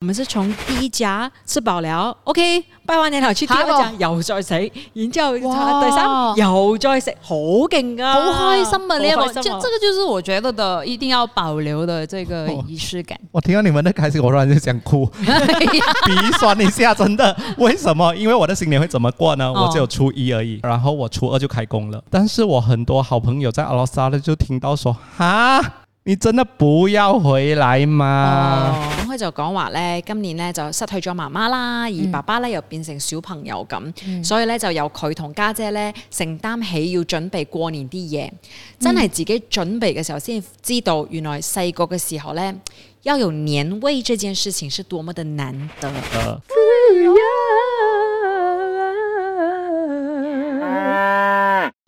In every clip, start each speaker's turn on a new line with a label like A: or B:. A: 我們是從第一家吃飽了，OK，拜完年頭去第二家又再食，然之後
B: 哇
A: 第三又再食，好勁啊！
B: 好開心啊！呢一個，
A: 好開
B: 這
A: 心啊
B: 這個就是我覺得的一定要保留的這個儀式 感。
C: 我听到你们的开心，我突然就想哭， 鼻酸一下，真的。为什么？因为我的新年会怎么过呢？
B: 哦
C: 我只有初一而已，然后我初二就开工了。但是我很多好朋友在阿拉萨的就听到说，哈，你真的不要回来吗？
A: 哦，咁佢就講話咧，今年咧就失去咗媽媽啦，而爸爸咧又變成小朋友咁，所以咧就由佢同家姐咧承擔起要準備過年啲嘢，真係自己準備嘅時候先知道，原來細個嘅時候咧要有年味這件事情是多麼的難得。
C: 呃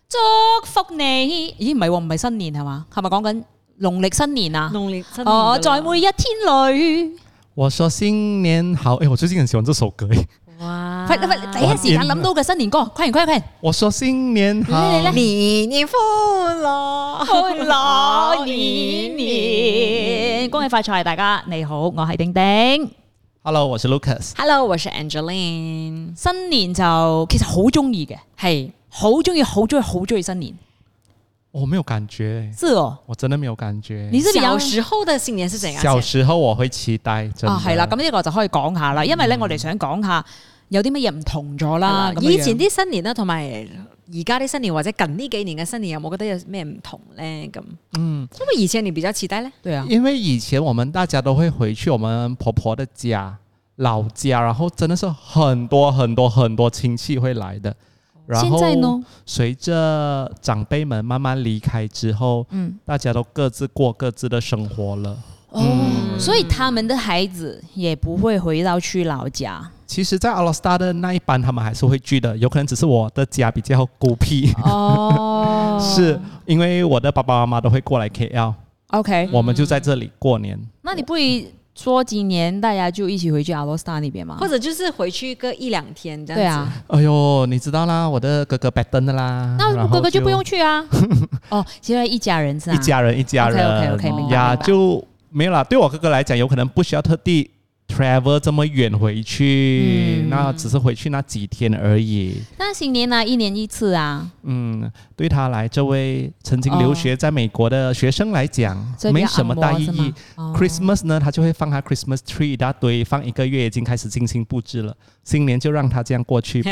B: 祝福你，咦唔係喎，唔係新年係嘛？係咪講緊農曆新年啊？
A: 農曆新
B: 哦，在每一天裏，
C: 我说新年好，哎诶，我最近很喜欢这首歌。哎诶
A: 哇
B: 快快第一時間諗到嘅新年歌，快啲快啲快啲！
C: 我说新年好，
B: 嗯
A: 年年歡樂，
B: 去哪年年，恭喜發財大家！你好，我係丁丁。
C: Hello，我是 Lucas。
A: Hello，我是 Angeline，
B: 新年就其實好中意嘅，
A: 係
B: 好中意，好中意，好中意新年。
C: 我没有感觉，哎
B: 是哦，
C: 我真的没有感觉。
B: 你是比較
A: 小時候的新年是怎樣？
C: 小时候我会期待，真的。
B: 啊，係啦，咁呢個就可以講下啦，因為咧，我哋想講下有啲乜嘢唔同咗啦。啊咁樣
A: 啊以前啲新年啦，同埋而家啲新年或者近呢幾年嘅新年，有啊冇覺得有咩唔同咧？咁
C: 嗯。
A: 因為以前你比較期待咧，
B: 對啊，
C: 因为以前我们大家都会回去我们婆婆的家、老家，然后真的是很多很多很多亲戚会来的。然
B: 現
C: 后
B: 哦在呢？
C: 随着长辈们慢慢离开之后，
B: 嗯，
C: 大家都各自过各自的生活了。
B: 哦，所以他們的孩子也不會回到去老家。
C: 其实，在阿拉斯加的那一班，他们还是会聚的，有可能只是我的家比较孤僻，
B: 哦
C: 是因为我的爸爸妈妈都会过来 KL，、
B: OK，
C: 我们就在这里过年。
B: 那你不會说今年大家就一起回去阿罗斯塔那邊嗎？
A: 或者就是回去個一兩天這樣子。
B: 啊對啊，
C: 哎呦，你知道啦，我的哥哥拜登的啦，
B: 那
C: 然后
B: 哥哥就不用去啊。 哦，现在一家人是吧？啊
C: 一家人一家人嗯
B: OK，OK，OK，明白
C: 呀，
B: 明白
C: 就没有啦。对我哥哥来讲，有可能不需要特地 travel 这么远回去，
B: 嗯
C: 那只是回去那几天而已。
B: 那新年呢、一年一次啊，
C: 嗯，对他来，这位曾经
B: 哦
C: 留学在美国的学生来讲，
B: 所以比
C: 没
B: 較
C: 什么大意
B: 按摩是
C: 义
B: 嗎。哦
C: Christmas 呢，他就会放他 Christmas tree 一大堆，放一个月，已经开始精心布置了。新年就让他这样过去 吧。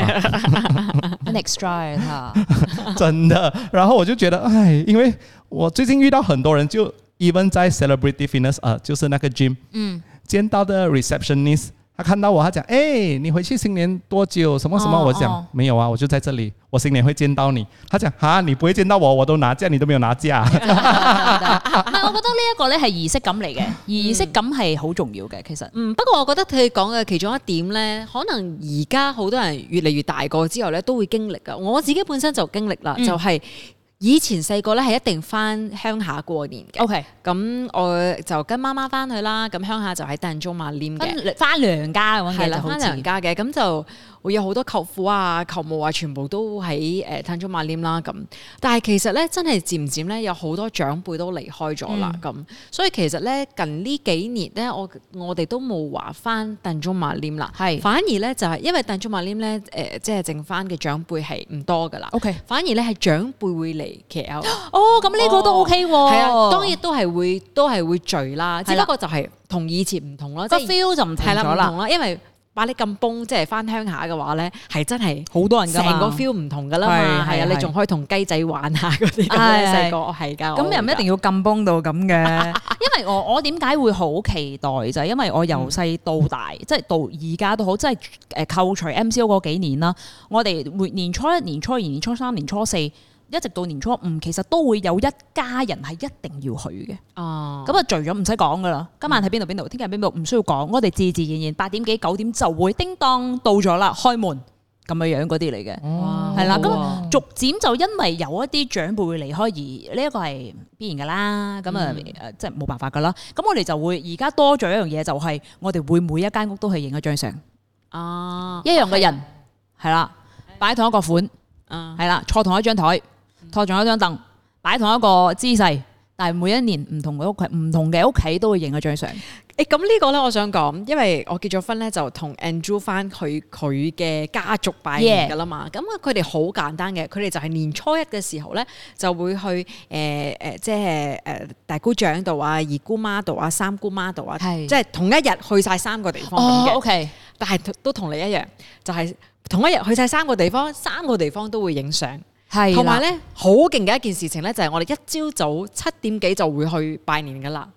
B: next try 啊哈。
C: 真的。然后我就觉得，哎，因为我最近遇到很多人就，even 在 Celebrity Fitness 呃，就是那个 gym，嗯，见到的 receptionist，他看到我，他讲，哎，你回去新年多久？什么什么？
B: 哦
C: 我讲、
B: 哦
C: 没有啊，我就在这里，我新年会见到你。他讲，哈，你不会见到我，我都拿假，你都没有拿假。
A: 啊
B: 唔係，我覺得呢一個咧係儀式感嚟嘅，儀式感係好重要嘅。其實
A: 嗯，不過我覺得佢講嘅其中一點咧，可能而家好多人越嚟越大個之後咧，都會經歷噶。我自己本身就經歷啦，
B: 嗯
A: 就係以前細個咧係一定翻鄉下過年嘅，
B: OK，
A: 咁我就跟媽媽翻去啦。咁鄉下就喺鄧中馬黏嘅。
B: 翻翻娘家咁樣
A: 係
B: 嘅
A: 啦，
B: 就好
A: 翻
B: 自
A: 娘
B: 然。
A: 家嘅，咁就會有好多舅父啊、舅母啊，全部都喺誒炭中馬黏啦咁。但係其實咧，真係漸漸咧，有好多長輩都離開咗啦
B: 嗯
A: 咁。所以其實咧，近呢幾年咧，我我哋都冇話翻炭中馬黏啦，
B: 係
A: 反而咧就係、因為炭中馬黏咧誒，即係剩翻嘅長輩係唔多噶啦。
B: OK，
A: 反而咧係長輩會嚟 KL，
B: 哦，咁呢個都 OK 喎。
A: 係啊，當然都係會都係會聚啦，只
B: 係啦
A: 不過就係同以前唔同咯，即
B: 個
A: 係
B: feel 就唔同
A: 係啦，
B: 咗
A: 唔
B: 啦
A: 同，啊啦，因為把你咁崩，即係翻鄉下嘅話咧，係真係
B: 好多人㗎嘛
A: 成個 feel 唔同噶啦嘛，
B: 係
A: 係啊，
B: 係
A: 你
B: 係
A: 仲可以同雞仔玩下嗰啲咁
B: 係
A: 樣細
B: 係
A: 個，係㗎。
B: 咁又唔一定要咁幫到咁嘅， 因為我我點解會好期待就係因為我
A: 嗯
B: 由細到大，即係到而家都好，即係誒扣除 MCO 嗰幾年啦，我哋每年初一、年初二、年初三、年初四，一直到年初五，其實都會有一家人係一定要去嘅。
A: 哦，嗯
B: 咁啊聚咗唔使講噶啦，今晚喺邊度邊度，聽日喺邊度唔需要講，我哋自自然然八點幾九點就會叮當到咗啦，開門咁嘅樣嗰啲嚟嘅。
A: 哇
B: 係啦
A: 哦好好啊
B: 逐漸就因為有一啲長輩會離開，而呢一個係必然噶啦，咁
A: 嗯
B: 啊誒即係冇辦法噶啦。咁我哋就會而家多咗一樣嘢，就係我哋會每一間屋都去影一張相，
A: 哦啊
B: 一樣嘅人係啦，擺同一個款
A: 啊嗯
B: 係啦，坐同一張台，坐同一張凳，擺同一個姿勢。但係每一年唔同嘅屋企，唔同嘅屋企都會影一張相。
A: 誒咁呢個咧，我想講，因為我結咗婚咧，就同 Andrew 翻佢佢嘅家族拜年噶啦嘛。咁啊，佢哋好簡單嘅，佢哋就係年初一嘅時候咧，就會去誒誒、呃呃即係誒、呃大姑丈度啊、二姑媽度啊、三姑媽度啊，
B: 係
A: 即係同一日去晒三個地方咁嘅。
B: 哦，OK，
A: 但係都同你一樣，就係、同一日去晒三個地方，三個地方都會影相。
B: 係
A: 同
B: 同埋
A: 埋
B: 咧，
A: 咧，好勁嘅一件事情咧，就係、我哋一朝早七點幾就會去拜年噶啦，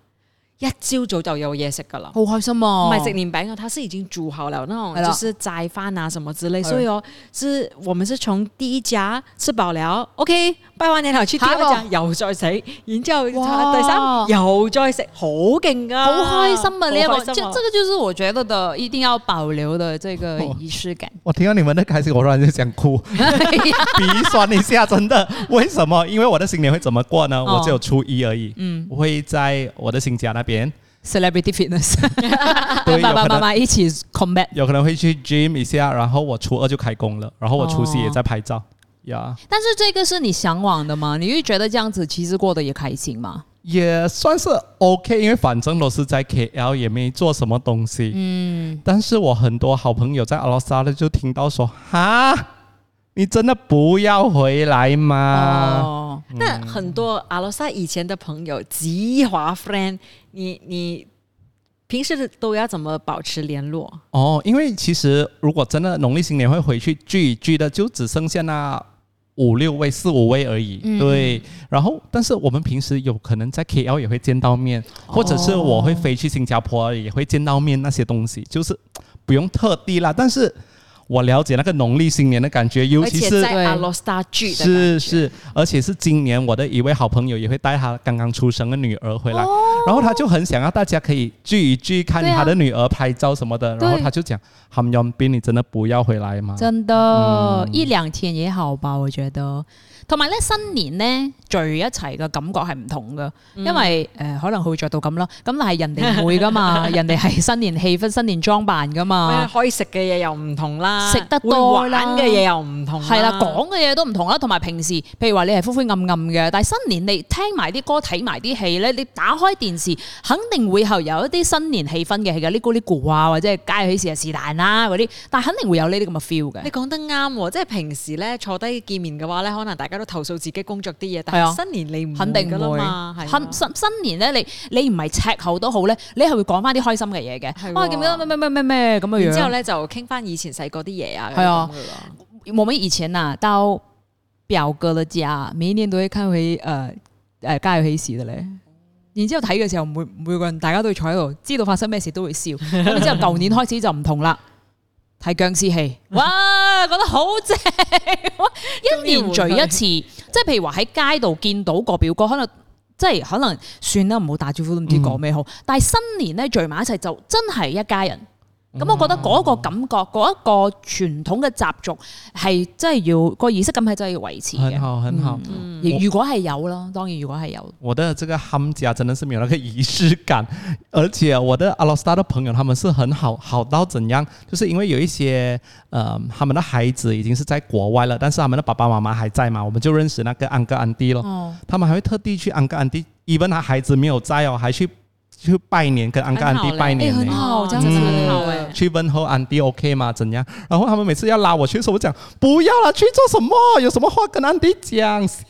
A: 一朝早就有嘢食噶啦。
B: 好開心
A: 唔
B: 啊！
A: 係食年餅啊，它是已經煮好了那
B: 係
A: 種，
B: 啦
A: 就是齋飯啊什麼之類。
B: 係
A: 所以哦，是我們是從第一家吃飽了，OK，拜完年頭去第二
B: 下
A: 家
B: 一
A: 又再食，然之後
B: 哇
A: 第三又再食，好勁啊！
B: 好開心啊！呢一個，
A: 好
B: 這
A: 開
B: 這
A: 心啊
B: 個就是我覺得的一定要保留的這個儀式感。
C: 我听到你们的开心，我突然就想哭， 鼻酸一下，真的。为什么？因为我的新年会怎么过呢？
B: 哦
C: 我只有初一而已，
B: 嗯
C: 我会在我的新家那边，
B: Celebrity Fitness，
C: 对，有
B: 爸爸
C: 可
B: 媽
C: 能
B: 媽一起 combat。
C: 有可能会去 gym 一下，然后我初二就开工了，然后我除夕也在拍照
B: 哦
C: 呀。
B: 但是這个是你向往的嗎？你會覺得這樣子其實過得也開心嗎？
C: 也算是 OK，因为反正都是在 KL，也没做什么东西。
B: 嗯，
C: 但是我很多好朋友在阿拉萨呢，就听到说，哈，你真的不要回来吗？
B: 哦，
A: 那很多阿罗萨以前的朋友，吉华 friend，你你平时都要怎么保持联络？
C: 哦，因为其实如果真的农历新年会回去聚一聚的，就只剩下那五六位、四五位而已。
B: 嗯
C: 对，然后但是我们平时有可能在 KL 也会见到面，
A: 哦
C: 或者是我会飞去新加坡也会见到面，那些东西就是不用特地啦。但是我了解那个农历新年的感觉，尤
A: 而
C: 其
A: 且
C: 是
A: 在
B: 对
A: 阿罗萨聚的感觉
C: 是是，而且是今年我的一位好朋友也会带他刚刚出生的女儿回来，然后他就很想要大家可以聚一聚，看
B: 对啊
C: 他的女儿拍照什么的，然后
B: 对
C: 他就讲：“韩永斌，你真的不要回来吗？”
B: 真的、嗯一兩天也好吧，我覺得。同埋咧，新年咧聚一齊嘅感覺係唔同噶，
A: 嗯
B: 因為誒、呃可能佢會着到咁咯，咁但係人哋唔會 噶嘛，人哋係新年氣氛、新年裝扮噶嘛
A: 咩，可以食嘅嘢又唔同啦，
B: 啊食得多啦
A: 會玩嘅嘢又唔同，啊
B: 係啦，講嘅嘢都唔同啦，同埋平時譬如話你係灰灰暗暗嘅，但係新年你聽埋啲歌、睇埋啲戲咧，你打開電視肯定會係有一啲新年氣氛嘅，係嘅，呢咕呢咕啊，或者係街喜事啊、是但啦嗰啲，但係肯定會有呢啲咁嘅 feel 嘅
A: 你。講得啱喎，即係平時咧坐低見面嘅話咧，可能大家都投訴自己工作啲嘢，
B: 係
A: 但
B: 啊
A: 係新年你唔
B: 肯定
A: 㗎啦
B: 會
A: 嘛，係啊
B: 新新新年咧，你你唔係赤口都好咧，你係會講翻啲開心嘅嘢
A: 係
B: 嘅。
A: 喎
B: 啊，記唔記得咩咩咩咩咩咁嘅樣？
A: 然之後咧就傾翻以前細個啲嘢啊，
B: 係啊
A: 咁樣㗎啦
B: 我们以前呐、到表哥的家，每一年都會看回誒誒家有喜事嘅咧。然之後睇嘅時候，每每個人大家都會坐喺度，知道發生咩事都會笑。咁然之後，舊年開始就唔同啦，睇僵屍戲，哇，覺得好 正！一年聚一次，即係譬如話喺街度見到個表哥，可能即係可能算啦，唔好打招呼都唔知
A: 嗯
B: 講咩好。但係新年咧聚埋一齊就真係一家人。
A: 嗯
B: 咁我覺得嗰個感覺，嗰一個傳統嘅習俗係真係要個儀式感係真係要嗯維持
C: 很
B: 嘅。
C: 好，很好。
A: 嗯
B: 如如果係有啦，當然如果係有，
C: 我的这个他们家真的是没有那个仪式感，而且我的阿拉斯达的朋友他们是很好，好到怎样？就是因为有一些呃，他们的孩子已经是在国外了，但是他们的爸爸妈妈还在嘛，我们就认识那个安哥安弟咯。
B: 哦，
C: 他们还会特地去安哥安迪，even 他孩子没有在哦，还去去拜年，跟安哥安
A: 很好
C: 迪
A: 嘞
C: 拜
A: 哎
C: 年
B: 很
C: 呢
B: 好
A: 哦
B: 這樣
A: 真
B: 子
A: 的很好哎。
C: 去问候安迪 OK 吗？怎样？然后他们每次要拉我去的时候，我讲不要了，去做什么？有什么话跟安迪讲？笑。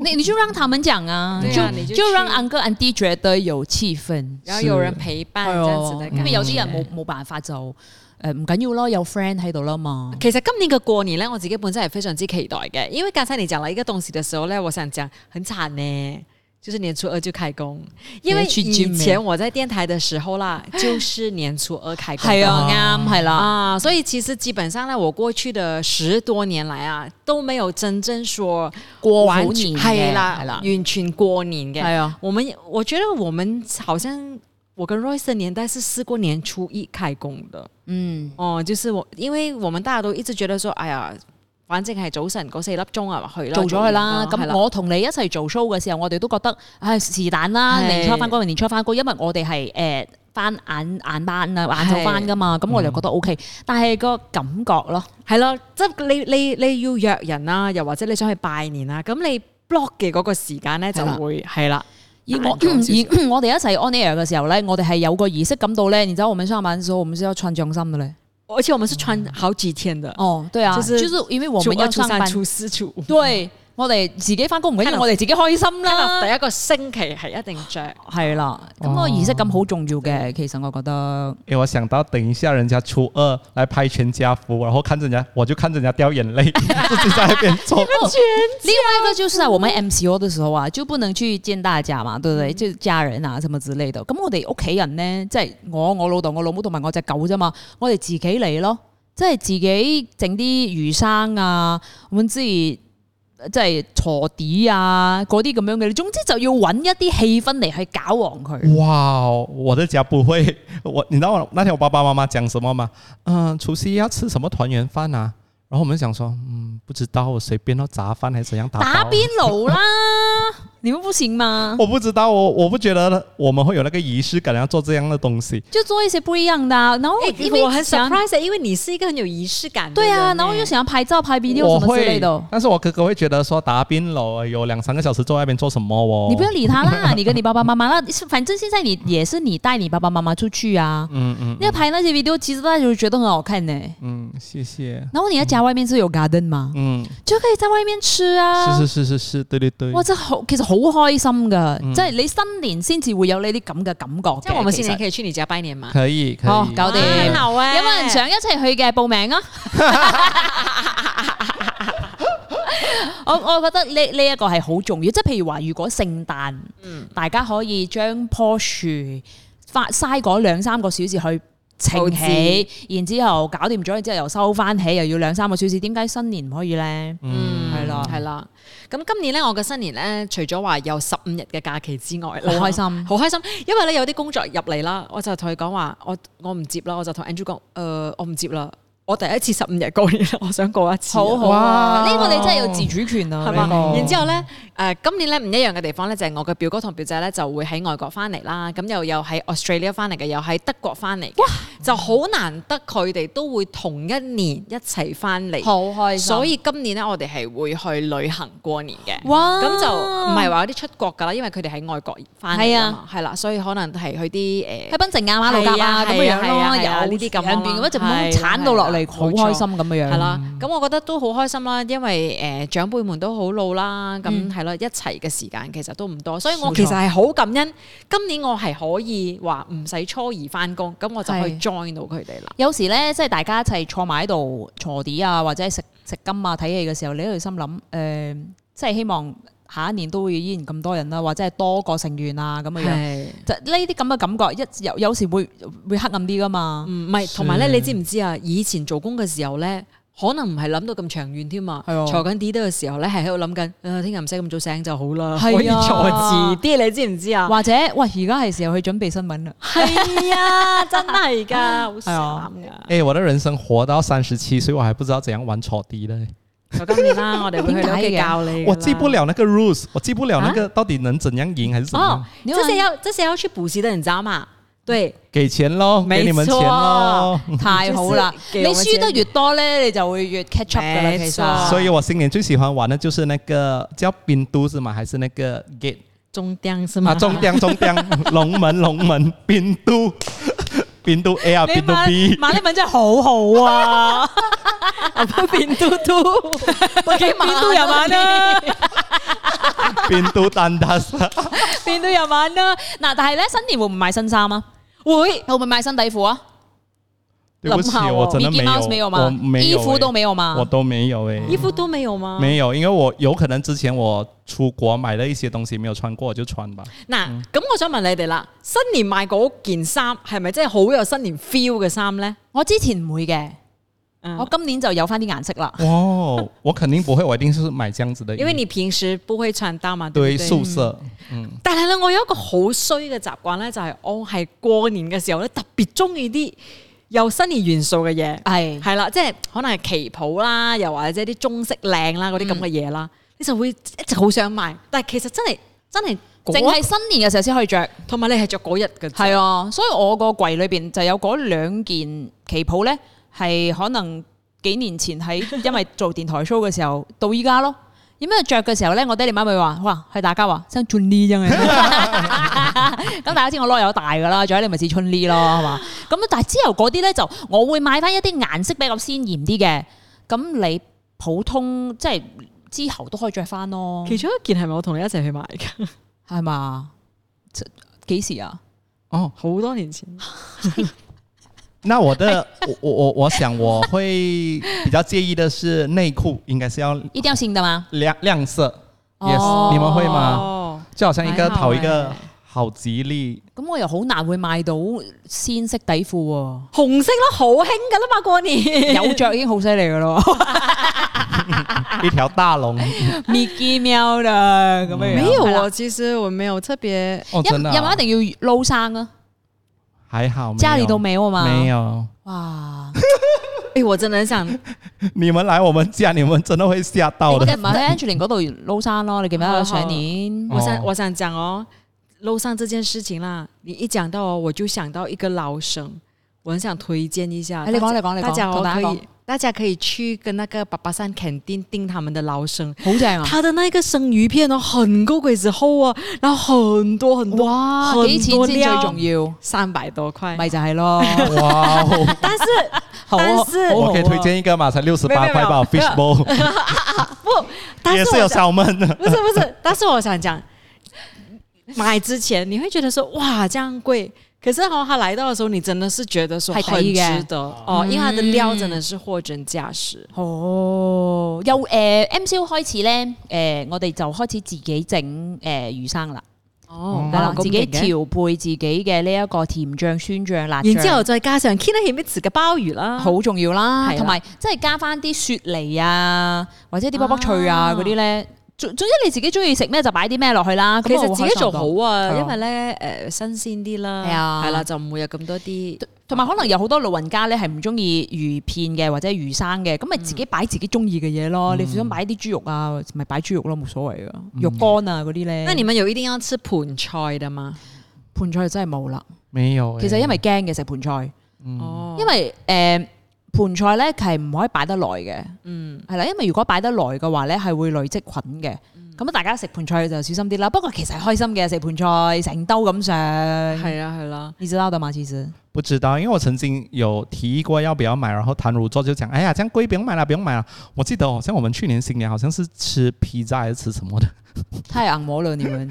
B: 你你就讓他們講啊，
A: 對
B: 就
A: 啊你就
B: 就讓
A: 去
B: uncle auntie 覺得有氣氛。
A: 然後有人陪伴，
B: 哎
A: 這樣子的
B: 因
A: 感
B: 為
A: 覺
B: 啊有啲人冇冇辦法就誒唔緊要咯，有 friend 喺度啦嘛。
A: 其實今年嘅過年咧，我自己本身係非常之期待嘅，因為剛才你講了一個東西的時候咧，我想講很慘呢，就是年初二就開工，因為
B: 你要去 gym
A: 以前我在電台的時候 啦，就是年初二開工的，
B: 係啊，啱係啦。
A: 啊，所以其實基本上呢，我過去的十多年來啊，都沒有真正說
B: 過好
A: 完
B: 年
A: 全
B: 嘅
A: 係啦，
B: 係啦
A: 完全過年嘅。
B: 係啊，
A: 我們我覺得我們好像我跟 Royce 的年代是試過年初一開工的。
B: 嗯，
A: 哦、就是我，因為我們大家都一直覺得說，哎呀，反正係早晨嗰四粒鐘啊，去啦，
B: 做咗佢啦。
A: 做完係
B: 咁我同你一齊做 show 嘅時候，我哋都覺得唉是但啦，
A: 係
B: 啊年初翻工，年初翻工，因為我哋係誒翻晏晏班啊，晏晝翻噶嘛，咁
A: 嗯
B: 我哋覺得 O K。但係個感覺咯，
A: 係咯，即係你你你要約人啊，又或者你想去拜年啊，咁你 block 嘅嗰個時間咧就
B: 係啦
A: 會係啦。
B: 而我
A: 大咗少少
B: 而我哋一齊 on air 嘅時候咧，我哋係有個儀式感到咧，你知道我們上班嘅時候，我們是要穿掌心的咧。
A: 而且我们是穿好幾天的，
B: 哦，對啊，就
A: 就是是
B: 因嗯為我
A: 初
B: 們
A: 一、
B: 要
A: 初
B: 上
A: 三、
B: 班，
A: 初四、初五，
B: 對，我哋自己翻工唔緊
A: 可
B: 要，
A: 能
B: 我哋自己開心啦
A: 可能。第一個星期係一哦定着。
B: 係啦，咁
C: 哦
B: 個儀式感好重要嘅，其實我覺得。
C: 诶，哎我想到等一下人家初二来拍全家福，然后看着人家，我就看着人家掉眼泪， 自己在那边做。
B: 另外一个就是啊，我们 MCO 的時候啊，就不能去見大家嘛，對不對？即係家人啊，什麼之類的。咁我哋屋企人呢，即係我、我老豆、我老母同埋我隻狗啫嘛，我哋自己嚟咯，即係自己整啲魚生啊，我哋自己即係鋤碟啊，嗰啲咁樣嘅。總之就要揾一啲氣氛嚟去搞旺佢。
C: 哇哦，我的家不会， 我你知道我那天我爸爸妈妈讲什么吗？嗯、除夕要吃什么团圆饭啊？然后我们想说，嗯，不知道，我随便咯，杂饭还是怎样打包啊哦
B: 打邊爐啦，你們不行嗎？
C: 我不知道，我我不觉得我们会有那个仪式感，要做这样的东西。
B: 就做一些不一樣的啊、然後
A: 哎
B: 因為
A: 我很
B: 想
A: surprise，因為你是一個很有儀式感的
B: 對
A: 人
B: 啊，
A: 欸。
B: 然後又想要拍照、拍 video
C: 我
B: 什麼之類
C: 会
B: 的。，
C: 但是我哥哥会觉得说打冰楼有两三个小时坐在那边做什么哦？
B: 你不要理他啦，你跟你爸爸妈妈 啦，反正现在你也是你带你爸爸妈妈出去啊，
C: 嗯嗯
B: 你要拍那些 video，其实大家就觉得很好看呢、
C: 嗯，谢谢。
B: 然后你在家外面是有 garden 嘛，
C: 嗯，
B: 就可以在外面吃啊。
C: 是是是是是，对对对。
B: 哇！真係好，其實好開心噶，
C: 嗯
B: 即係你新年先至會有呢啲咁嘅感覺嘅。
A: 即係我們新年
B: 其實
A: 可以去你家拜年嘛？
C: 可以可以。
B: 哦搞掂
A: 哇好啊
B: 有冇人想一齊去嘅報名 啊？我我覺得呢呢一個係好重要，即係譬如話，如果聖誕，
A: 嗯
B: 大家可以將棵樹花嘥嗰兩三個小時去
A: 佈
B: 清起
A: 置，
B: 然之後搞掂咗，然之後又收翻起，又要兩三個小時，點解新年唔可以咧？
A: 嗯，
B: 係啦
A: 係啦。咁今年咧，我嘅新年咧，除咗話有十五日嘅假期之外
B: 好
A: 啦，
B: 開 心
A: 好開心。因為咧有啲工作入嚟啦，我就同佢講話，我我唔接啦，我就同 Andrew 講，誒、我唔接啦，我第一次十五日過年， 我想過一次啊。
B: 好好啊！呢個你真係有自主權啊！
A: 係嘛？
B: 呢個
A: 然之後咧，誒、今年咧唔一樣嘅地方咧，就係、我嘅表哥同表姐咧就會喺外國翻嚟啦，咁又有喺 Australia 翻嚟嘅，又喺德國翻嚟嘅，就好難得佢哋都會同一年一齊翻嚟。
B: 好開心，
A: 所以今年咧，我哋係會去旅行過年嘅。
B: 哇，
A: 咁就唔係話有啲出國㗎啦，因為佢哋喺外國翻嚟㗎
B: 啊
A: 嘛，係啦，所以可能係去啲
B: 喺
A: 誒。
B: 檳城啊、馬路甲
A: 係啊
B: 啊咁嘅樣
A: 係
B: 咯，
A: 啊係啊
B: 有
A: 呢啲咁啊
B: 兩邊咁樣就咁
A: 係
B: 鏟到落嚟，
A: 係
B: 好
A: 冇錯
B: 開心咁嘅樣。
A: 係啦，咁我覺得都好開心啦，因為誒、呃、長輩們都好老啦，咁係啦，一齊嘅時間其實都唔多，所以我
B: 嗯冇錯
A: 其實係好感恩，今年我係可以話唔使初二翻工，咁我就可以
B: 係
A: join 到佢哋啦。
B: 有時咧，即係大家一齊坐埋喺度坐碟啊，或者係食食金啊、睇戲嘅時候，你喺度心諗誒、呃即係希望下一年都會依然咁多人啦，或者係多個成員啊咁嘅樣。
A: 係，
B: 就呢啲咁嘅感覺，一有有時會會黑暗啲噶嘛。
A: 唔係同埋咧，你知唔知啊？以前做工嘅時候咧。可能唔係諗到咁長遠添啊，
B: 係啊
A: 坐緊啲嘅時候咧，係喺度諗緊，誒聽日唔使咁早醒就好啦，
B: 係啊
A: 可以坐遲啲，你知唔知啊？
B: 或者喂，而家係時候去準備新聞啦。
A: 係啊，真係㗎，好慘㗎。
C: 哎，我的人生活到三十七岁，我还不知道怎样玩草地呢。
A: 就今年啦，我哋會去你屋企教你㗎啦。
C: 我记不了那个 rules，我记不了那个到底能怎样赢还是怎么样。
A: 哦，这些要这些要去补习的，你知道吗？ 對，
C: 给钱喽，
A: 没
C: 给你们钱喽。
B: 太好啦！
A: 就是
B: 你
A: 給我們
B: 輸得越多咧，你就會越 catch up 噶啦。
A: 沒
B: 其
A: 錯
B: 實，
C: 所以我新年最喜欢玩的就是那个叫冰都是吗？还是那个 gate
A: 中釘是
C: 啊？
A: 嗎？
C: 中央中央龙门龙门冰都冰都 A 啊
B: 你
C: 冰都
B: 馬
C: B，
B: 馬利文真係好好啊！
A: 變嘟嘟，
B: 邊度有玩啦，
C: 冰都单打杀。
B: 邊度有玩啦。嗱，但係咧新年會唔買新衫啊？
A: 會
B: 會唔會買新底褲啊
C: 对不起，
A: 冷泡哦
C: 我真的
B: ？Mickey
C: 没
B: Mouse
C: 有，
B: 沒有
C: 我
B: 嗎？
C: 没有
B: 衣
C: 欸，
B: 服都沒有啊嗎
C: 我？都没有哎，
A: 衣服都沒有嗎？
C: 没有，因为我有可能之前我出国买了一些东西没有穿过，我就穿吧。
A: 嗱，咁我想問你哋啦，新年買嗰件衫係咪真係好有新年 feel 嘅衫咧？
B: 我之前唔會嘅，我
A: 嗯，
B: 今年就有翻啲顏色啦。
C: 哇哦，我肯定不会，我一定是买这样子的衣服，
A: 因為你平時不會穿搭嘛，對不
C: 对
A: 對？
C: 素色，嗯，
A: 但係咧，我有一個好衰嘅習慣咧，就係我係過年嘅時候咧，特別中意啲有新年元素嘅嘢。
B: 係
A: 係啦，即係可能係旗袍啦，又或者啲中式靚啦嗰啲咁嘅嘢
D: 嗯
A: 啦，你就會一直好想買，但係其實真係真係
B: 淨
A: 嗰
B: 係新年嘅時候先可以着。
A: 同埋你係着嗰日嘅啫，
B: 係啊，所以我個櫃裏邊就有嗰兩件旗袍咧，係可能幾年前喺因為做電台 show 嘅時候到依家咯。點解啊着嘅時候咧，我爹哋媽咪話：哇，係大家話生春呢 啫咁大家知我攞有大噶啦，仲有你咪似春呢咯，係嘛？咁但係之後嗰啲咧就我會買翻一啲顏色比較鮮豔啲嘅，咁你普通即係之後都可以着翻咯，
A: 嗯
D: 其中一件係咪我同你一齊去買㗎？
B: 係嘛？即幾時啊？
C: 哦，
D: 好多年前，
C: 那我的我我我我想我会比较介意的是内裤应该是要
B: 一定要先得嘛？
C: 亮亮色、y e
B: 哦
C: s 你们会吗？
D: 哦，
C: 就好像一个
D: 还好
C: 讨一个
D: 欸
C: 好吉利，
B: 咁我又好難會買到鮮色底褲喎。
D: 紅色咯，好興㗎啦嘛，過年
B: 有着已經好犀利噶咯，
C: 一条大龙
B: 咪基喵啦咁樣。
D: 沒有
B: 係啦
D: 啊？其實我沒有特別，
C: 哦，
B: 有
C: 真的啊、
B: 有冇一定要撈生啊？
C: 还好没有，
B: 家裡都沒有嘛
C: 没有，
B: 哇！
A: 哎，我真的很想
C: 你们来我们家，你们真的会吓到
B: 我哋
C: 的。
B: 唔係喺 Angeline 嗰度撈山咯，你記唔記得上年？
A: 我想
C: 哦
A: 我想讲哦，楼上这件事情啦，你一讲到哦，我就想到一个老生，我很想推荐一下。
B: 哎你
A: 大
B: 讲
A: 家
B: 你
A: 大
B: 讲你讲
A: 家哦
B: 同大家
A: 可
B: 讲
A: 以，大家可以去跟那个八八三肯定订他们的老生，
B: 好正啊！
A: 他的那个生鱼片哦，很够鬼子厚啊，然后很多很多，
B: 哇，幾錢先最重要？
A: 三百多块。
B: 咪就係咯，
C: 哇哦！
A: 但是
B: 好啊
A: 但
B: 好
A: 是
B: 啊
C: 我可以推荐一个嘛，才六十
A: 哦没
C: 八
A: 有
C: 块 吧
A: 没有
C: ，fish bowl
A: 不，但
C: 也
A: 是
C: 是
A: 我
C: 有
A: 想
C: salmon 的。
A: 不是不是，但是我想讲，买之前你会觉得说哇这样贵，可是哦，他来到的时候，你真的是觉得说
B: 还可
A: 很
B: 以耶
A: 值得哦，因为它的料真的是货真价实。
B: 哦，又誒 M C 開始咧，誒我哋就開始自己整誒魚生啦，
A: 哦
B: 係啦，
A: 咁
B: 自
A: 勁
B: 己
A: 嘅
B: 調配自己嘅呢一個甜醬、酸醬、辣醬。
A: 然之後再加上 k i n a h i m i t s 嘅鮑魚啦，
B: 好重要啦，
A: 係啦
B: 同埋即係加翻啲雪梨啊，或者啲卜卜脆啊
A: 啊
B: 嗰啲咧。總總之你自己中意食咩就擺啲咩落去啦。咁
A: 其
B: 我
A: 實自己
B: 開心
A: 做
B: 到
A: 好啊，哎
B: 係
A: 因為咧誒新鮮啲啦，
B: 係啊
A: 係啦，就唔會有咁多啲
B: 同埋可能有好多老人家咧係唔中意魚片嘅或者魚生嘅，咁咪自己
A: 嗯
B: 擺自己中意嘅嘢咯。你想擺啲豬肉啊，咪擺豬肉咯，冇所謂噶。肉乾啊嗰啲咧，
A: 那你們有一定要吃盤菜的嘛？
B: 盤菜真係冇啦。
C: 没有欸，
B: 其實因為驚嘅食盤菜，
A: 哦，
B: 因為誒盤菜咧係唔可以擺得耐嘅。
A: 嗯
B: 係啦，因為如果擺得耐嘅話咧，係會累積菌嘅。咁啊大家食盤菜就小心啲啦。不過其實係開心嘅，食盤菜成兜咁上。
A: 係啦係啦，
B: 你知道的嘛？其實
C: 不知道，因为我曾经有提议过要不要买，然后谭如座就讲，哎呀，这样贵，不用买了，不用买了。我记得好像我们去年新年好像是吃披萨还是吃什么的，
B: 太硬摸了你們。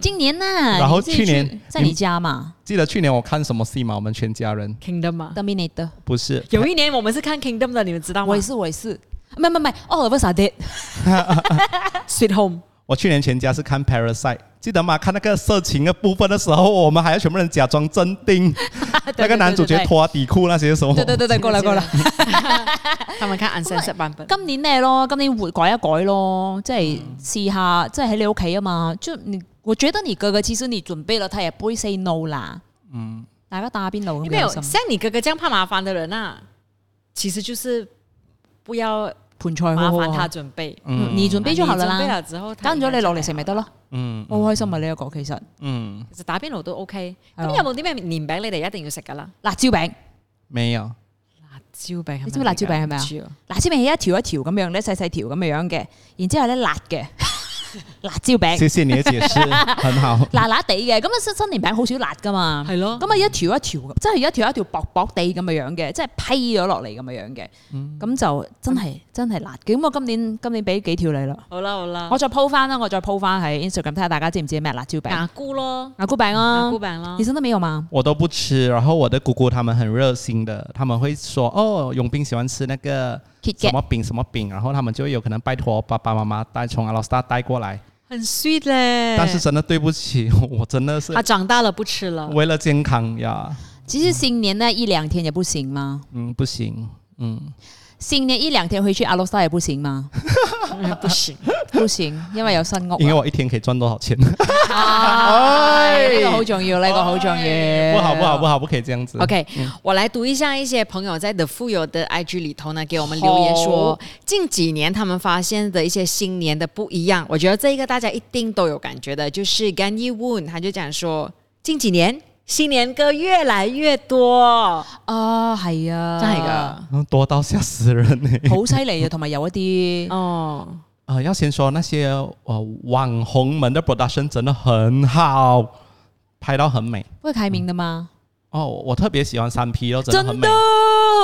B: 今年呢？
C: 然後
B: 你自己
C: 去年
B: 在你家嘛
C: 记得去年我看什么戏嘛，我们全家人
A: Kingdom 啊嘛，
B: ，Dominator。
C: 不是
A: 有一年我們是看 Kingdom 的，你們知道嗎
B: 啊我也是，我也是。唔係唔係唔係，all of us are dead。
A: ？Sweet Home。
C: 我去年全家是看 Parasite，记得吗？看那个色情的部分的时候，我们还要全部人假装镇 定，那个男主角脱底裤那些什么，
B: 對對對對，過啦過啦。
A: 他们看 uncensored 版本。
B: 今年咩咯？今年會改一改咯，即係試下，即係喺你屋企啊嘛。就你，我覺得你哥哥其實你準備了，他也不會 say no 啦。嗯，大家打邊爐咁
A: 没有
B: 開心
A: 像你哥哥这样怕麻烦的人啊，其实就是不要
B: 盤菜
A: 麻
B: 好好
A: 煩他
B: 啊，
A: 準備。
C: 嗯
B: 你準備咗後啦
A: 哦你準備
B: 啦，
A: 了之後，他
B: 跟咗你落嚟食咪得咯。
C: 嗯
B: 好開心啊！呢一個其實
C: 嗯，
A: 其實打邊爐都 OK。
B: 係
A: 咁
B: 喎
A: 有冇啲咩年餅你哋一定要食噶啦？
B: 辣椒餅，
C: 没有，
A: 辣椒餅，
B: 你知唔知辣椒餅係咩
A: 唔
B: 啊
A: 知喎
B: 辣椒餅係一條一條咁樣咧，細細條咁樣樣嘅，然之後咧辣嘅 辣椒
A: 哎
B: 餅，
C: 谢谢你的解 释，很好。
B: 辣辣地嘅。咁啊新新年餅好少辣噶嘛，
A: 係咯
B: 咁啊一條一條咁，即係一條一條薄薄地咁嘅樣嘅，即係批咗落嚟咁嘅樣嘅。
C: 嗯
B: 咁就真係真係辣嘅。咁我今年今年俾幾條你啦，
A: 好啦好啦
B: 我，再 po 翻啦，我再 po 翻喺 Instagram 睇下大家知唔知咩辣椒餅、
A: 牙菇咯，嗯
B: 牙菇餅啊
A: 牙菇。餅咯
B: 你。真的沒有嗎？
C: 我都不吃，然后我的姑姑他们很热心的，他们会说哦，永斌喜欢吃那个
B: 揭
C: 什
B: 嘅
C: 么饼什么饼，然后他们就会有可能拜托爸爸妈妈带从阿拉斯加带过来，
A: 很 sweet 嘞。
C: 但是真的对不起，我真的是
A: 他長大了不吃了。
C: 为了健康呀，
B: 只是新年那一兩天也不行嗎？
C: 嗯，不行，嗯，
B: 新年一兩天回去阿羅沙也不行 嗎？
A: 不行，
B: 不行，因為有新屋
C: 因為我一天可以赚多少钱？
B: 啊。
C: 哎
B: 呢個好重要，呢個好重要。
C: 不好不好不好，不可以这样子。
A: OK，、我
B: 嗯
A: 来读一下一些朋友在 The 富有的 IG 里头呢，给我们留言说，近几年他们发现的一些新年的不一样。我觉得这一个大家一定都有感觉的，就是 Gan Yi Woon，他就讲说，近几年新年歌越来越多，
B: 啊，係啊，
A: 真系，噶，
C: 嗯多到吓死人呢、
B: 好犀利啊！同埋有一啲
A: 哦，
C: 呃，要先说那些呃网红们的 production 真的很好，拍到很美
B: 會啟明㗎嘛？
C: 哦。我特别喜欢三 P 哦，真
B: 真
C: 的很美
B: 㗎，。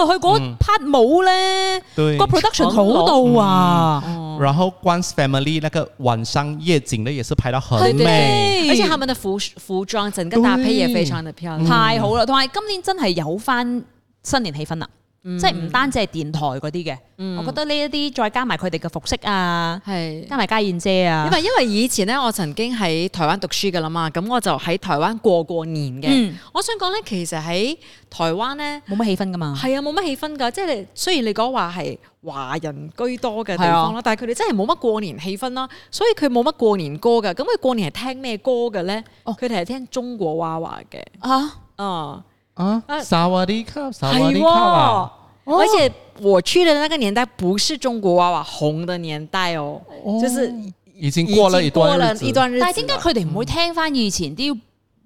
B: 佢嗰
C: 嗯
B: part 舞咧，
C: 对
B: 個，production 好到啊！
C: 然后 Once Family 那个晚上夜景的也是拍到
A: 对
C: 很
A: 对
C: 美。
A: 而且他们的服服装整个搭配也非常的漂
C: 嗯
A: 亮。
B: 太好啦！同埋今年真係有翻新年氣氛啦，
C: 嗯
B: 即係唔單止係電台嗰啲嘅，我覺得呢一啲再加埋佢哋嘅服飾啊，
A: 係
B: 加埋家燕姐啊
A: 因，為因為以前咧，我曾經喺台灣讀書噶啦嘛，咁我就喺台灣過過年嘅。
B: 嗯
A: 我想講咧，其實喺台灣咧，
B: 冇乜氣氛噶
C: 嗯
B: 嘛。
A: 係啊冇乜氣氛㗎，即係你雖然你講話係華人居多
C: 啊
A: 嘅地方啦，但係佢哋真係冇乜過年氣氛啦，所以佢冇乜過年歌㗎。咁佢過年係聽咩歌嘅咧？
B: 哦
A: 佢哋係聽中國娃娃嘅，
B: 啊，
A: 啊、
C: 啊，
A: 啊哎
C: 萨瓦迪卡，萨瓦
A: 係
C: 迪
A: 喎、
C: 卡啊啦，
B: 哦
A: 而且我去的那个年代不是中国娃娃紅的年代哦，就是
C: 已经过了一
A: 已
C: 段
A: 經過
C: 日
A: 了
C: 子，
A: 一段日子
B: 但
A: 了。
B: 係點解佢哋唔會聽翻以前啲，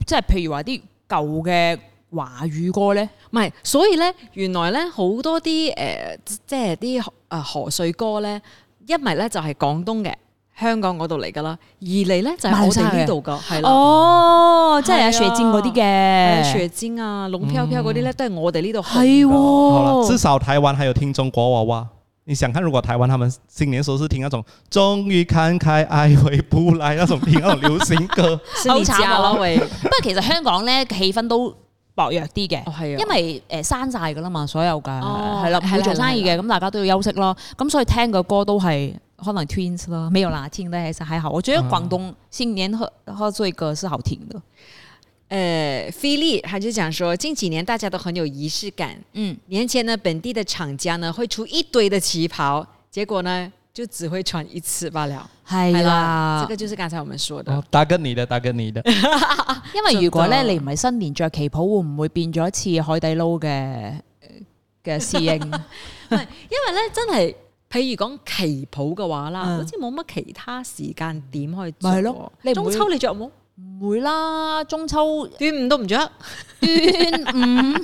B: 即係譬如話啲舊嘅華語歌咧？
A: 唔係，所以咧，原來咧好多啲誒、呃即即係啲誒河水歌咧，一咪咧就係廣東嘅香港嗰度嚟噶啦，二嚟咧就係、我哋呢度噶，係啦。
B: 哦，即係
A: 係
B: 阿
A: 啊
B: 雪戰嗰啲
A: 誒
B: 嘅，
A: 雪尖啊、龍飄飄嗰啲咧，都係我哋呢度紅㗎
B: 係
C: 好了，至
B: 喎。
C: 少台湾还有听中国娃娃。你想看，如果台湾他们新年时候是听那种“终于看开，爱回不来”那种听那种流行 歌，
A: 是你家啦啊喂，
B: 不過其實香港咧氣氛都薄弱啲嘅。
A: 哦係啊，
B: 因為誒刪晒㗎啦嘛，所有㗎
A: 哦
B: 係啦，唔
A: 係啦
B: 會做生意嘅，咁大家都要休息咯。咁所以聽嘅歌都係可能 Twins 啦，沒有啦，聽得還是還好。我覺得廣東新年喝喝醉歌是好聽的。
A: 呃，菲利他就講說，近幾年大家都很有儀式感，
B: 嗯，
A: 年前呢，本地的廠家呢會出一堆的旗袍，結果呢就只會穿一次罷了。
B: 係啦
A: 這，個就是剛才我們說的。
C: 哦，打跟你的，打跟 你的。
B: 因為如果咧
A: 真㗎
B: 你唔係新年着旗袍，會唔會變咗一次海底撈嘅嘅侍應？
A: 因為咧真係，譬如講旗袍嘅話啦，
B: 嗯
A: 好似冇乜其他時間點可以
B: 咪係
A: 着
B: 咯
A: 喎。
B: 你唔
A: 中
B: 會
A: 秋你着冇？
B: 唔會啦，中秋
A: 端午都唔着，
B: 端午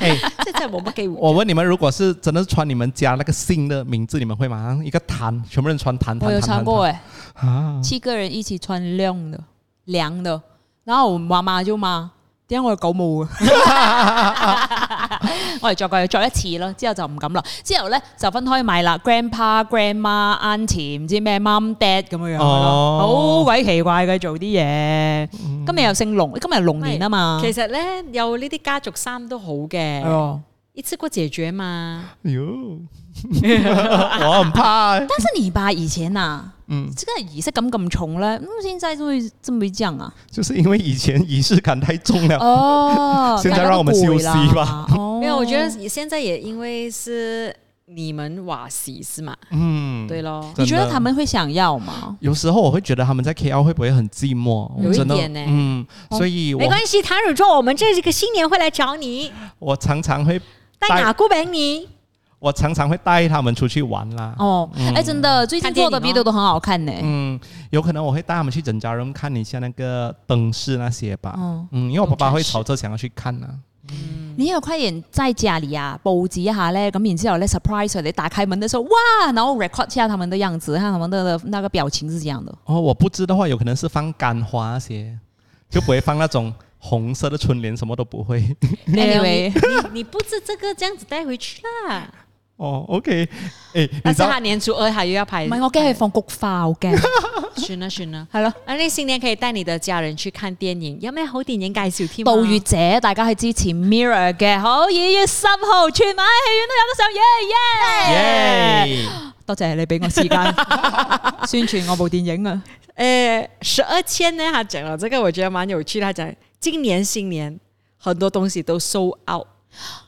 C: 哎，
A: 即係真係冇乜機 會。
B: 哦
C: 我问你们，如果是真的穿你们家那个姓的名字，你们会吗？一个谭，全部人穿谭
B: 我有
C: 谭
B: 唱
C: 谭
B: 過
C: 谭
B: 诶。
C: 啊！
B: 七个人一起穿亮的凉的，然后我媽媽就罵：點解我哋狗毛啊？我哋着過，着一次咯，之後就唔敢啦。之後咧就分開買啦，grandpa、grandma、auntie 唔知咩 mum、dad 咁樣樣咯，
C: 哦
B: 好鬼奇怪嘅做啲嘢。
C: 嗯
B: 今日又姓龍，今日龍年啊嘛，
A: 其實咧有呢啲家族衫都好
B: 係
A: 嘅，
B: 啊喎
A: 一次過解決啊嘛。
C: 哟，我很怕欸。
B: 但是你爸以前啊，
C: 嗯，
B: 即係儀式感咁重咧，咁現在都會真會這樣啊？
C: 就是因為以前儀式感太重了。
B: 哦，
C: 現在讓我們休息吧。
B: 哦，
A: 因為我覺得現在也因為是你們華時是嘛，
C: 嗯，
A: 對咯。
C: 真的
B: 你觉得他们会想要吗？
C: 有时候我会觉得他们在 KL 会不会很寂寞？
A: 有
C: 我真的
A: 一点欸
C: 嗯，
B: 哦
C: 所以我
A: 係，谭汝仲，我們这个新年會來找 你，
C: 我常常会
A: 帶牙菇餅你。
C: 我常常会带他们出去玩啦。
B: 哦，哎、真的，最近做的
A: 看电影
B: video
A: 哦
B: 都很好看呢、
C: 嗯，有可能我会带他们去整家人看一下那个灯饰那些吧。
B: 哦
C: 嗯，因为我爸爸
B: 灯
C: 会
B: 饰
C: 吵着想要去看啊呢、
B: 你有快點在家里啊佈置一下咧，咁然之後咧 surprise 佢哋打開門的時候，哇，然後 record 一下他們的樣子，看他們的那個表情是怎樣 的。
C: 哦，我不知的话，有可能是放干花那些，就不会放那种红色的春联，什么都不会。
B: Anyway，
A: 哎你你布置這個這樣子帶回去啦。
C: 哦，OK，哎，你
A: 但
C: 知
A: 是
C: 道
A: 他年初二他又要拍，
B: 唔係我驚佢放菊花，好 驚。
A: 算啦算啦。
B: 係咯，
A: 啊，你新年可以帶你的家人去看電影，有咩好電影介紹添啊？
B: 盜月者大家去支持 Mirror 嘅，好二月十號全晚喺戲院都有得上，耶耶！
C: 耶！
B: 多謝你俾我時間宣傳我部電影啊！
A: 呃，十二千呢，他講了這個，我覺得蠻有趣的。他講今年新年很多東西都 sold out。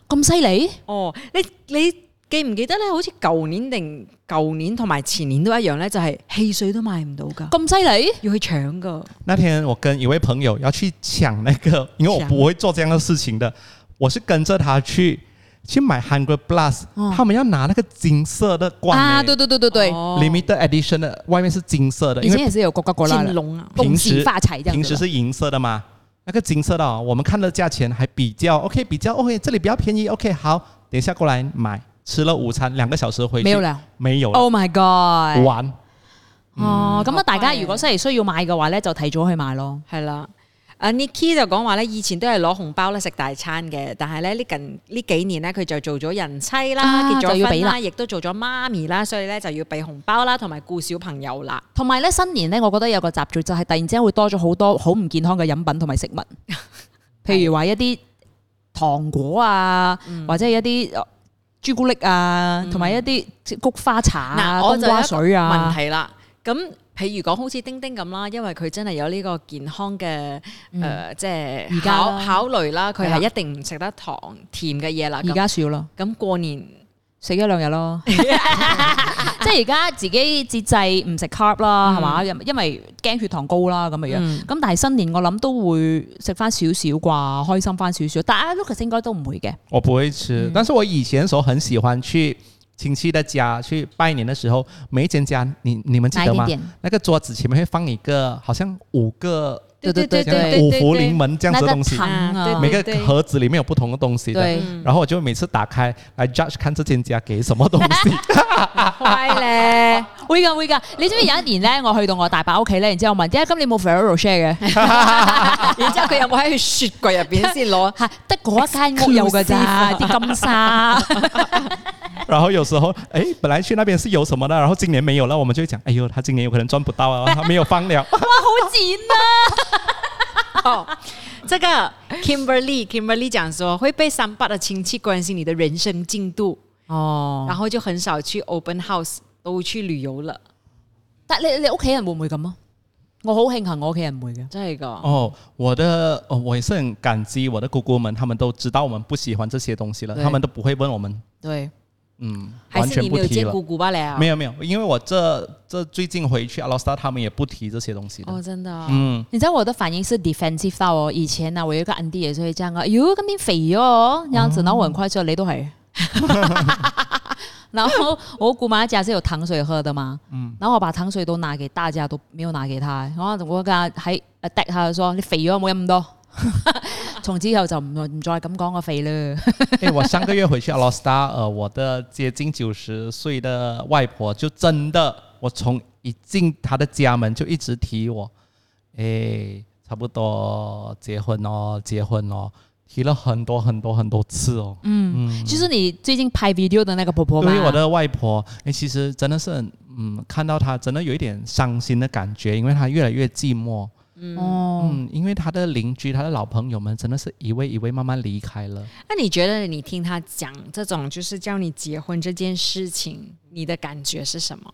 B: 咁犀利？
A: 哦，你你記唔記得咧？好似舊年定舊年同埋前年都一樣咧，就係、汽水都買唔到㗎，
B: 咁犀利？
A: 要去搶㗎。
C: 那天我跟一位朋友要去抢那个，因为我
A: 抢
C: 不会做这样的事情的，我是跟着他去去买 Hundred Plus，、
B: 哦
C: 他们要拿那个金色的罐、欸、
B: 啊，对对对对对，
A: 哦
C: l i m i t e d Edition 的，外面是金色的，
B: 以
C: 因
B: 前
C: 为
B: 也是有刮刮刮啦
A: 金，龍啊，
B: 恭
C: 平
B: 喜
C: 时
B: 发财这样
C: 平
B: 子
C: 时
B: 的。
C: 是银色的嘛。那个金色的、哦，我们看了价钱还比较 OK，比较 OK，这里比较便宜 OK。好，等一下过来买，吃了午餐两个小时回去
B: 没有了哦
C: 没有了
B: Oh my god！
C: 完
B: 哦，咁啊，大
A: 學
B: 家
A: 乖
B: 如果真係需要買嘅話咧，就提早去買咯。
A: 係啦。阿 Niki 就講話咧，以前都係攞紅包咧食大餐嘅，但係咧呢近呢幾年咧，佢就做咗人妻啦，
B: 啊
A: 結
B: 就
A: 咗
B: 要俾
A: 婚啦，
B: 啦
A: 亦都做咗媽咪啦，所以咧就要俾紅包啦，同埋顧小朋友啦。
B: 同埋咧，新年咧，我覺得有個習俗就係突然之間會多咗好多好唔健康嘅飲品同埋食 物，譬如話一啲糖果啊，
A: 嗯
B: 或者係一啲呃朱古力啊，同埋一啲菊花茶啊、
A: 嗱我
B: 冬
A: 就有一個
B: 瓜水
A: 問
B: 啊，
A: 題啦。咁譬如講好似丁丁咁啦，因為佢真係有呢個健康嘅誒，即係
B: 嗯而家
A: 考
B: 啦
A: 考慮啦，佢
B: 係
A: 係
B: 啦
A: 一定唔食得糖甜嘅嘢啦。
B: 而
A: 咁
B: 家 少啦，
A: 咁過年
B: 食一兩日咯， 即係而家自己節制唔食 carb 啦，係嘛、因因為驚血糖高啦咁嘅樣。
A: 嗯
B: 咁但係新年我諗都會食翻少少啩，開心翻少少。但阿 Lucas 應該都唔會嘅。
C: 我不会吃，但是我以前的时候很喜欢去亲戚的家去拜年的时候，每一间家，你你们记
B: 買
C: 得
B: 一
C: 吗？
B: 點，
C: 那个桌子前面会放一个好像五个
B: 對對對
C: 像
B: 對
C: 五福临门这样
B: 那
C: 子的
B: 個
C: 東西，
B: 糖啊
A: 糖，
C: 每个盒子里面有不同的東西的。
B: 對。
C: 然后我就每次打開来 judge 看這間家給什麼東西，
A: 乖 咧，
B: 會噶會噶，你知唔知有一年咧，我去到我大伯屋企咧，然之後我問點解今年冇 Ferrero Rocher 嘅，
A: 然之後佢有冇喺佢雪櫃入邊先攞？
B: 係得嗰一間屋有㗎咋，啲金 沙。
C: 然後有時候，哎，本來去那邊是有什麼的，然後今年沒有了，我們就會講，哎呦，他今年有可能賺不到啊，他沒有放了。
B: 好賤啊！
A: 哦，这个 Kimberly Kimberly 讲说会被三八的亲戚关心你的人生进度，
B: 哦，
A: 然后就很少去 open house，都去旅游了，
B: 但你你屋企人會唔會咁啊？我好慶幸我屋企人唔會嘅。
A: 真系噶。
C: 哦，我的，哦，我也是很感激我的姑姑們，他们都知道我們不喜歡這些東西了，
B: 對
C: 他们都不會問我們，
B: 對，
C: 嗯，
A: 还
C: 完
A: 是
C: 全
A: 你
C: 不
A: 没有
C: 提
A: 见
C: 了。
A: 姑姑罢了？
C: 没
A: 有
C: 有没有，因為我這這最近回去阿拉斯加，他们也不提這些東西的。
A: 哦，真的啊、
C: 嗯，
B: 你知道我的反應是 defensive 到哦。以前啊，我有一個 Andy 也是會這樣啊，哟，今年肥咗哦，這樣子，然後我很快就你都係。 然後我姑媽家是有糖水喝的嘛，
C: 嗯
B: 然後我把糖水都拿給大家，都沒有拿給她。然後我跟她喺呃 d 下佢說：你肥咗哦冇飲咁多， 從此以後就唔唔再咁講我肥啦。
C: 哎，我上個月回去阿拉斯加，呃，我的接近九十歲的外婆就真的，我從一進她的家門就一直提我，哎，差不多結婚哦，結婚哦，提了很多很多很多次哦。
B: 就是你最近拍 video 的那個婆婆嘛
C: 对，于我的外婆，哎，其實真的是很，嗯，看到她真的有一點傷心的感覺，因為她越來越寂寞。
B: 哦，
C: 嗯，因為她的鄰居、她的老朋友們，真的是一位一位慢慢離開了。
A: 那你觉得你听他讲这种就是叫你结婚这件事情，你的感觉是什么？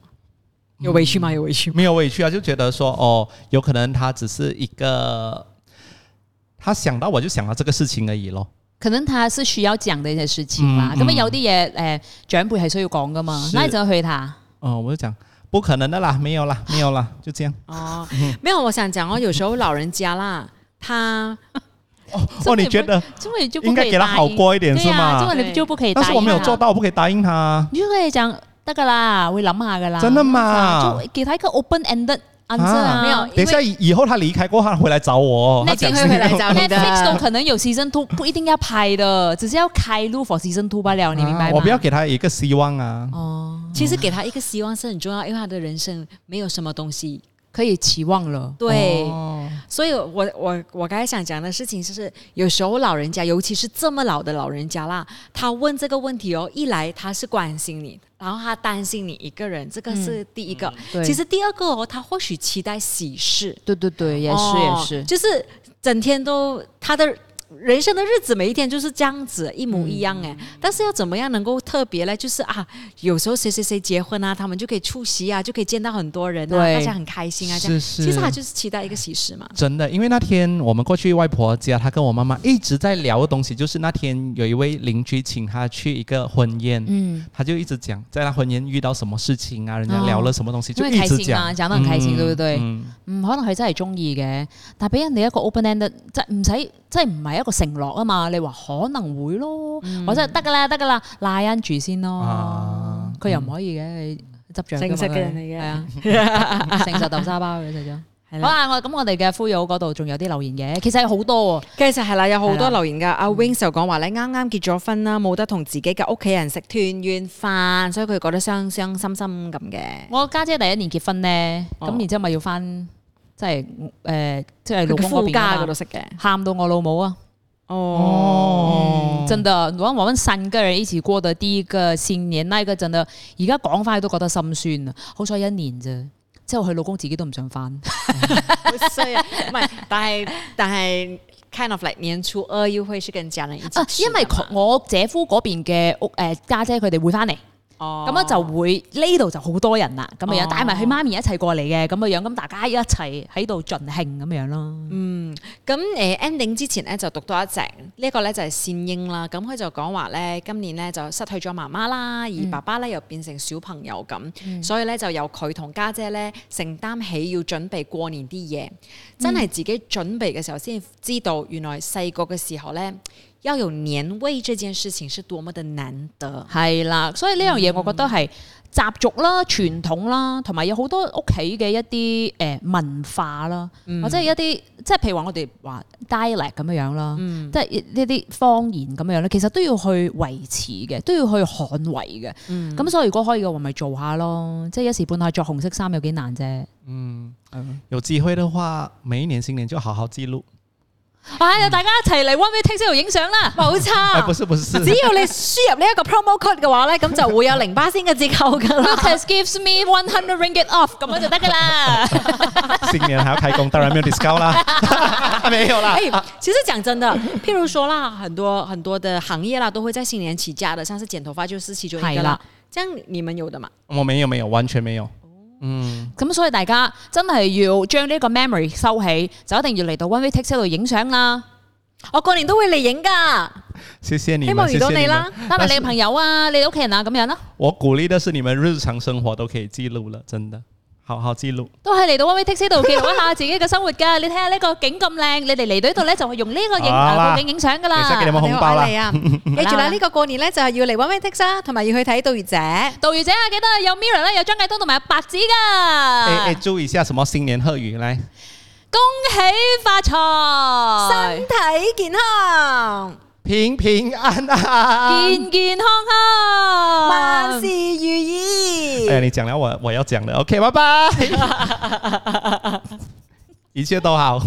C: 嗯
A: 有委屈吗？有委屈 吗？
C: 没有委屈啊，就觉得说哦，有可能他只是一个，他想到我就想到这个事情而已咯。
B: 可能他是需要講的一些事情啦。
C: 嗯
B: 咁啊、
C: 嗯
B: 有啲嘢誒長輩係需要講噶嘛，
C: 是
B: 那你怎麼回他？
C: 哦，我就讲不可能的啦，没有啦，没有啦，就这样。
A: 哦，没有，我想讲哦，有时候老人家啦，他
C: 哦，你觉得？
B: 因为就不
C: 应该
B: 可以
C: 给他
B: 答
C: 好
B: 应
C: 过一点
B: 对啊
C: 是
B: 呀
C: 吗
B: 这个你就不可以答
C: 但
B: 应
C: 是
B: 他。
C: 我没有做到，我不可以答应啊他。
B: 你就可以讲得噶啦，会谂下噶啦。
C: 真的吗
B: 就给他一个 open ended answer 啊。
C: 啊
A: 没有
C: 等一下，以以后他离开过后，他回来找我哦。
A: 那
C: 他讲
A: 一定
C: 是
A: 会回来找你的
B: Netflix 都可能有 season two，不一定要拍的，只是要开路 for season two 罢了，你明白
C: 啊
B: 吗？
C: 我不要给他一个希望啊。
B: 哦，
A: 其实给他一个希望是很重要，因为他的人生没有什么东西。
B: 可以期望了。
A: 对，
C: 哦
A: 所以我我我刚才想讲的事情就是，有时候老人家，尤其是这么老的老人家啦，他问这个问题哦，一来他是关心你，然后他担心你一个人，这个是第一个。
B: 嗯对
A: 其实第二个哦，他或许期待喜事，
B: 对对对，也是
A: 哦
B: 也是。
A: 就是整天都他的。人生的日子每一天就是这样子，一模一样
B: 嗯
A: 哎、但是要怎么样能够特别呢？就是啊，有时候谁谁谁结婚啊，他们就可以出席啊，就可以见到很多人啊，
B: 对
A: 大家很开心啊，这样。
C: 是是，
A: 其实他就是期待一个喜事嘛。
C: 真的，因为那天我们过去外婆家，她跟我妈妈一直在聊的东西，就是那天有一位邻居请她去一个婚宴，
B: 嗯，
C: 她就一直讲在那婚宴遇到什么事情啊，人家
B: 哦
C: 聊了什么东西，
B: 因
C: 就
B: 为
C: 一
B: 开
C: 直
B: 心
C: 讲，
B: 嘛讲得很开心对不对
C: 嗯
B: 嗯，可能佢真係中意嘅，但俾人哋一個 open end，即係唔使，即係唔係一個承諾啊嘛。你話可能會咯，或者係得噶啦，得噶啦，拉恩住先咯哦
C: 啊。
B: 佢又唔可以嘅，你執着㗎嘛
A: 誠實嘅
B: 佢
A: 人嚟嘅
B: 係啊，誠實豆沙包嘅就咗。
A: 系
D: 係
B: 好
D: 啦，
B: 啦，我咁我哋嘅 f u y o 嗰度仲有啲留言嘅，其實係好多喎。
A: 其實係啦，有好
B: 係啦
A: 多留言噶。阿 Wing 就講話咧，啱啱結咗婚啦，冇得同自己嘅屋企人食團圓飯，所以佢覺得傷傷心心咁嘅。
B: 我家姐第一年結婚咧，咁、
A: 嗯哦
B: 然之後咪要翻即係誒，即係
A: 佢
B: 老
A: 嘅
B: 公嗰
A: 夫
B: 邊
A: 家
B: 啊
A: 嗰
B: 嘛
A: 度，食嘅。
B: 喊到我老母啊！
C: 哦，
A: 嗯
B: 真的，我我们三個人一起過的第一個新年，那一個真的，而家講翻都覺得心酸啊！好彩一年啫，之後佢老公自己都唔 想翻。
A: 好衰啊！唔係，但係但係 kind of like 年初二又會是跟家人一起
B: 啊
A: 吃
B: 因為
A: 㗎嘛
B: 我姐夫嗰邊嘅屋誒家姐佢哋會翻嚟，
A: 哦
B: 咁樣就會呢度就好多人啦，咁嘅樣
A: 哦
B: 帶埋佢媽咪一齊過嚟嘅，咁嘅樣咁大家一齊喺度盡興咁樣咯。
A: 咁誒 ending 之前咧就讀多一隻，呢、一個咧就係善英啦。咁佢就講話咧，今年咧就失去咗媽媽啦，而爸爸咧又變成小朋友咁，所以咧就由佢同家姐咧承擔起要準備過年啲嘢。真係自己準備嘅時候先知道，原來細個嘅時候咧要有年味這件事情是多麼的難 得。
B: 係啦，所以呢樣嘢我覺得係習俗啦、傳統啦，同埋有好多屋企嘅一啲誒、呃文化啦，或者係一啲即係譬如話我哋話 dialect 咁樣樣啦，即係呢啲方言咁樣咧，其實都要去維持嘅，都要去捍衞嘅。咁、所以如果可以嘅話，咪做下咯，即係一時半下着紅色衫有幾難啫。
C: 嗯有机会的话，每一年新年就好好记录。
B: 哎呀，大家一齊嚟 One Way Take 呢度影相啦！
A: 冇
B: 啊
C: 哎，
A: 差
C: 不，是不是，
A: 只要你輸入呢一個 promo code 嘅話咧，咁就會有零巴仙嘅折扣㗎啦。
B: Lucas gives me one hundred ringgit off，咁樣就得噶啦。
C: 新年还要开工，当然没有 discount 啦，没有啦。
A: 哎、其实讲真的， 譬如说啦，很多很多的行业啦，都会在新年起价的，像是剪头发就是其中一
B: 是
A: 个
B: 啦
A: 啦。这样你们有的嘛？
C: 我哦没有没有，完全没有。嗯，
B: 咁所以大家真係要將呢個 memory 收起，就一定要嚟到 One Way Take 度影相啦，
A: 我過哦年都會嚟影噶，
C: 谢谢你
A: 希
C: 们，
A: 望
C: 谢
A: 遇到
C: 谢
A: 你
C: 你
A: 啦
C: 们。。
B: 帶埋你嘅朋 友啊，你哋屋企人啊咁樣啦，
C: 我鼓励的是你们日常生活都可以记录了，真的，好好记录。
B: 都係嚟到 One Way Take 度記錄 一下自己嘅生活㗎。你睇下呢個景咁靚，你哋嚟到呢度咧就係用呢個影
C: 好啦
B: 啊佈景影相㗎
C: 你先
B: 啦
C: 嘅。有冇紅包
A: 我哋好
C: 啦
A: 愛你啊！記住啦，呢個過年咧就係要嚟揾 Vin Tix 啦，啊同埋要去睇杜月姐。
B: 導遊者啊，記得有 Mirror 啦，有張繼東同埋有白子
C: 哎
A: 啊
C: 哎，
B: 㗎。
C: 祝一下什么新年贺语来？
B: 恭喜發財，
A: 身體健康，
C: 平平安啊安。
B: 健健康康，
A: 萬事如意。
C: 哎，你讲了我我要讲的，OK，拜拜，一切都好。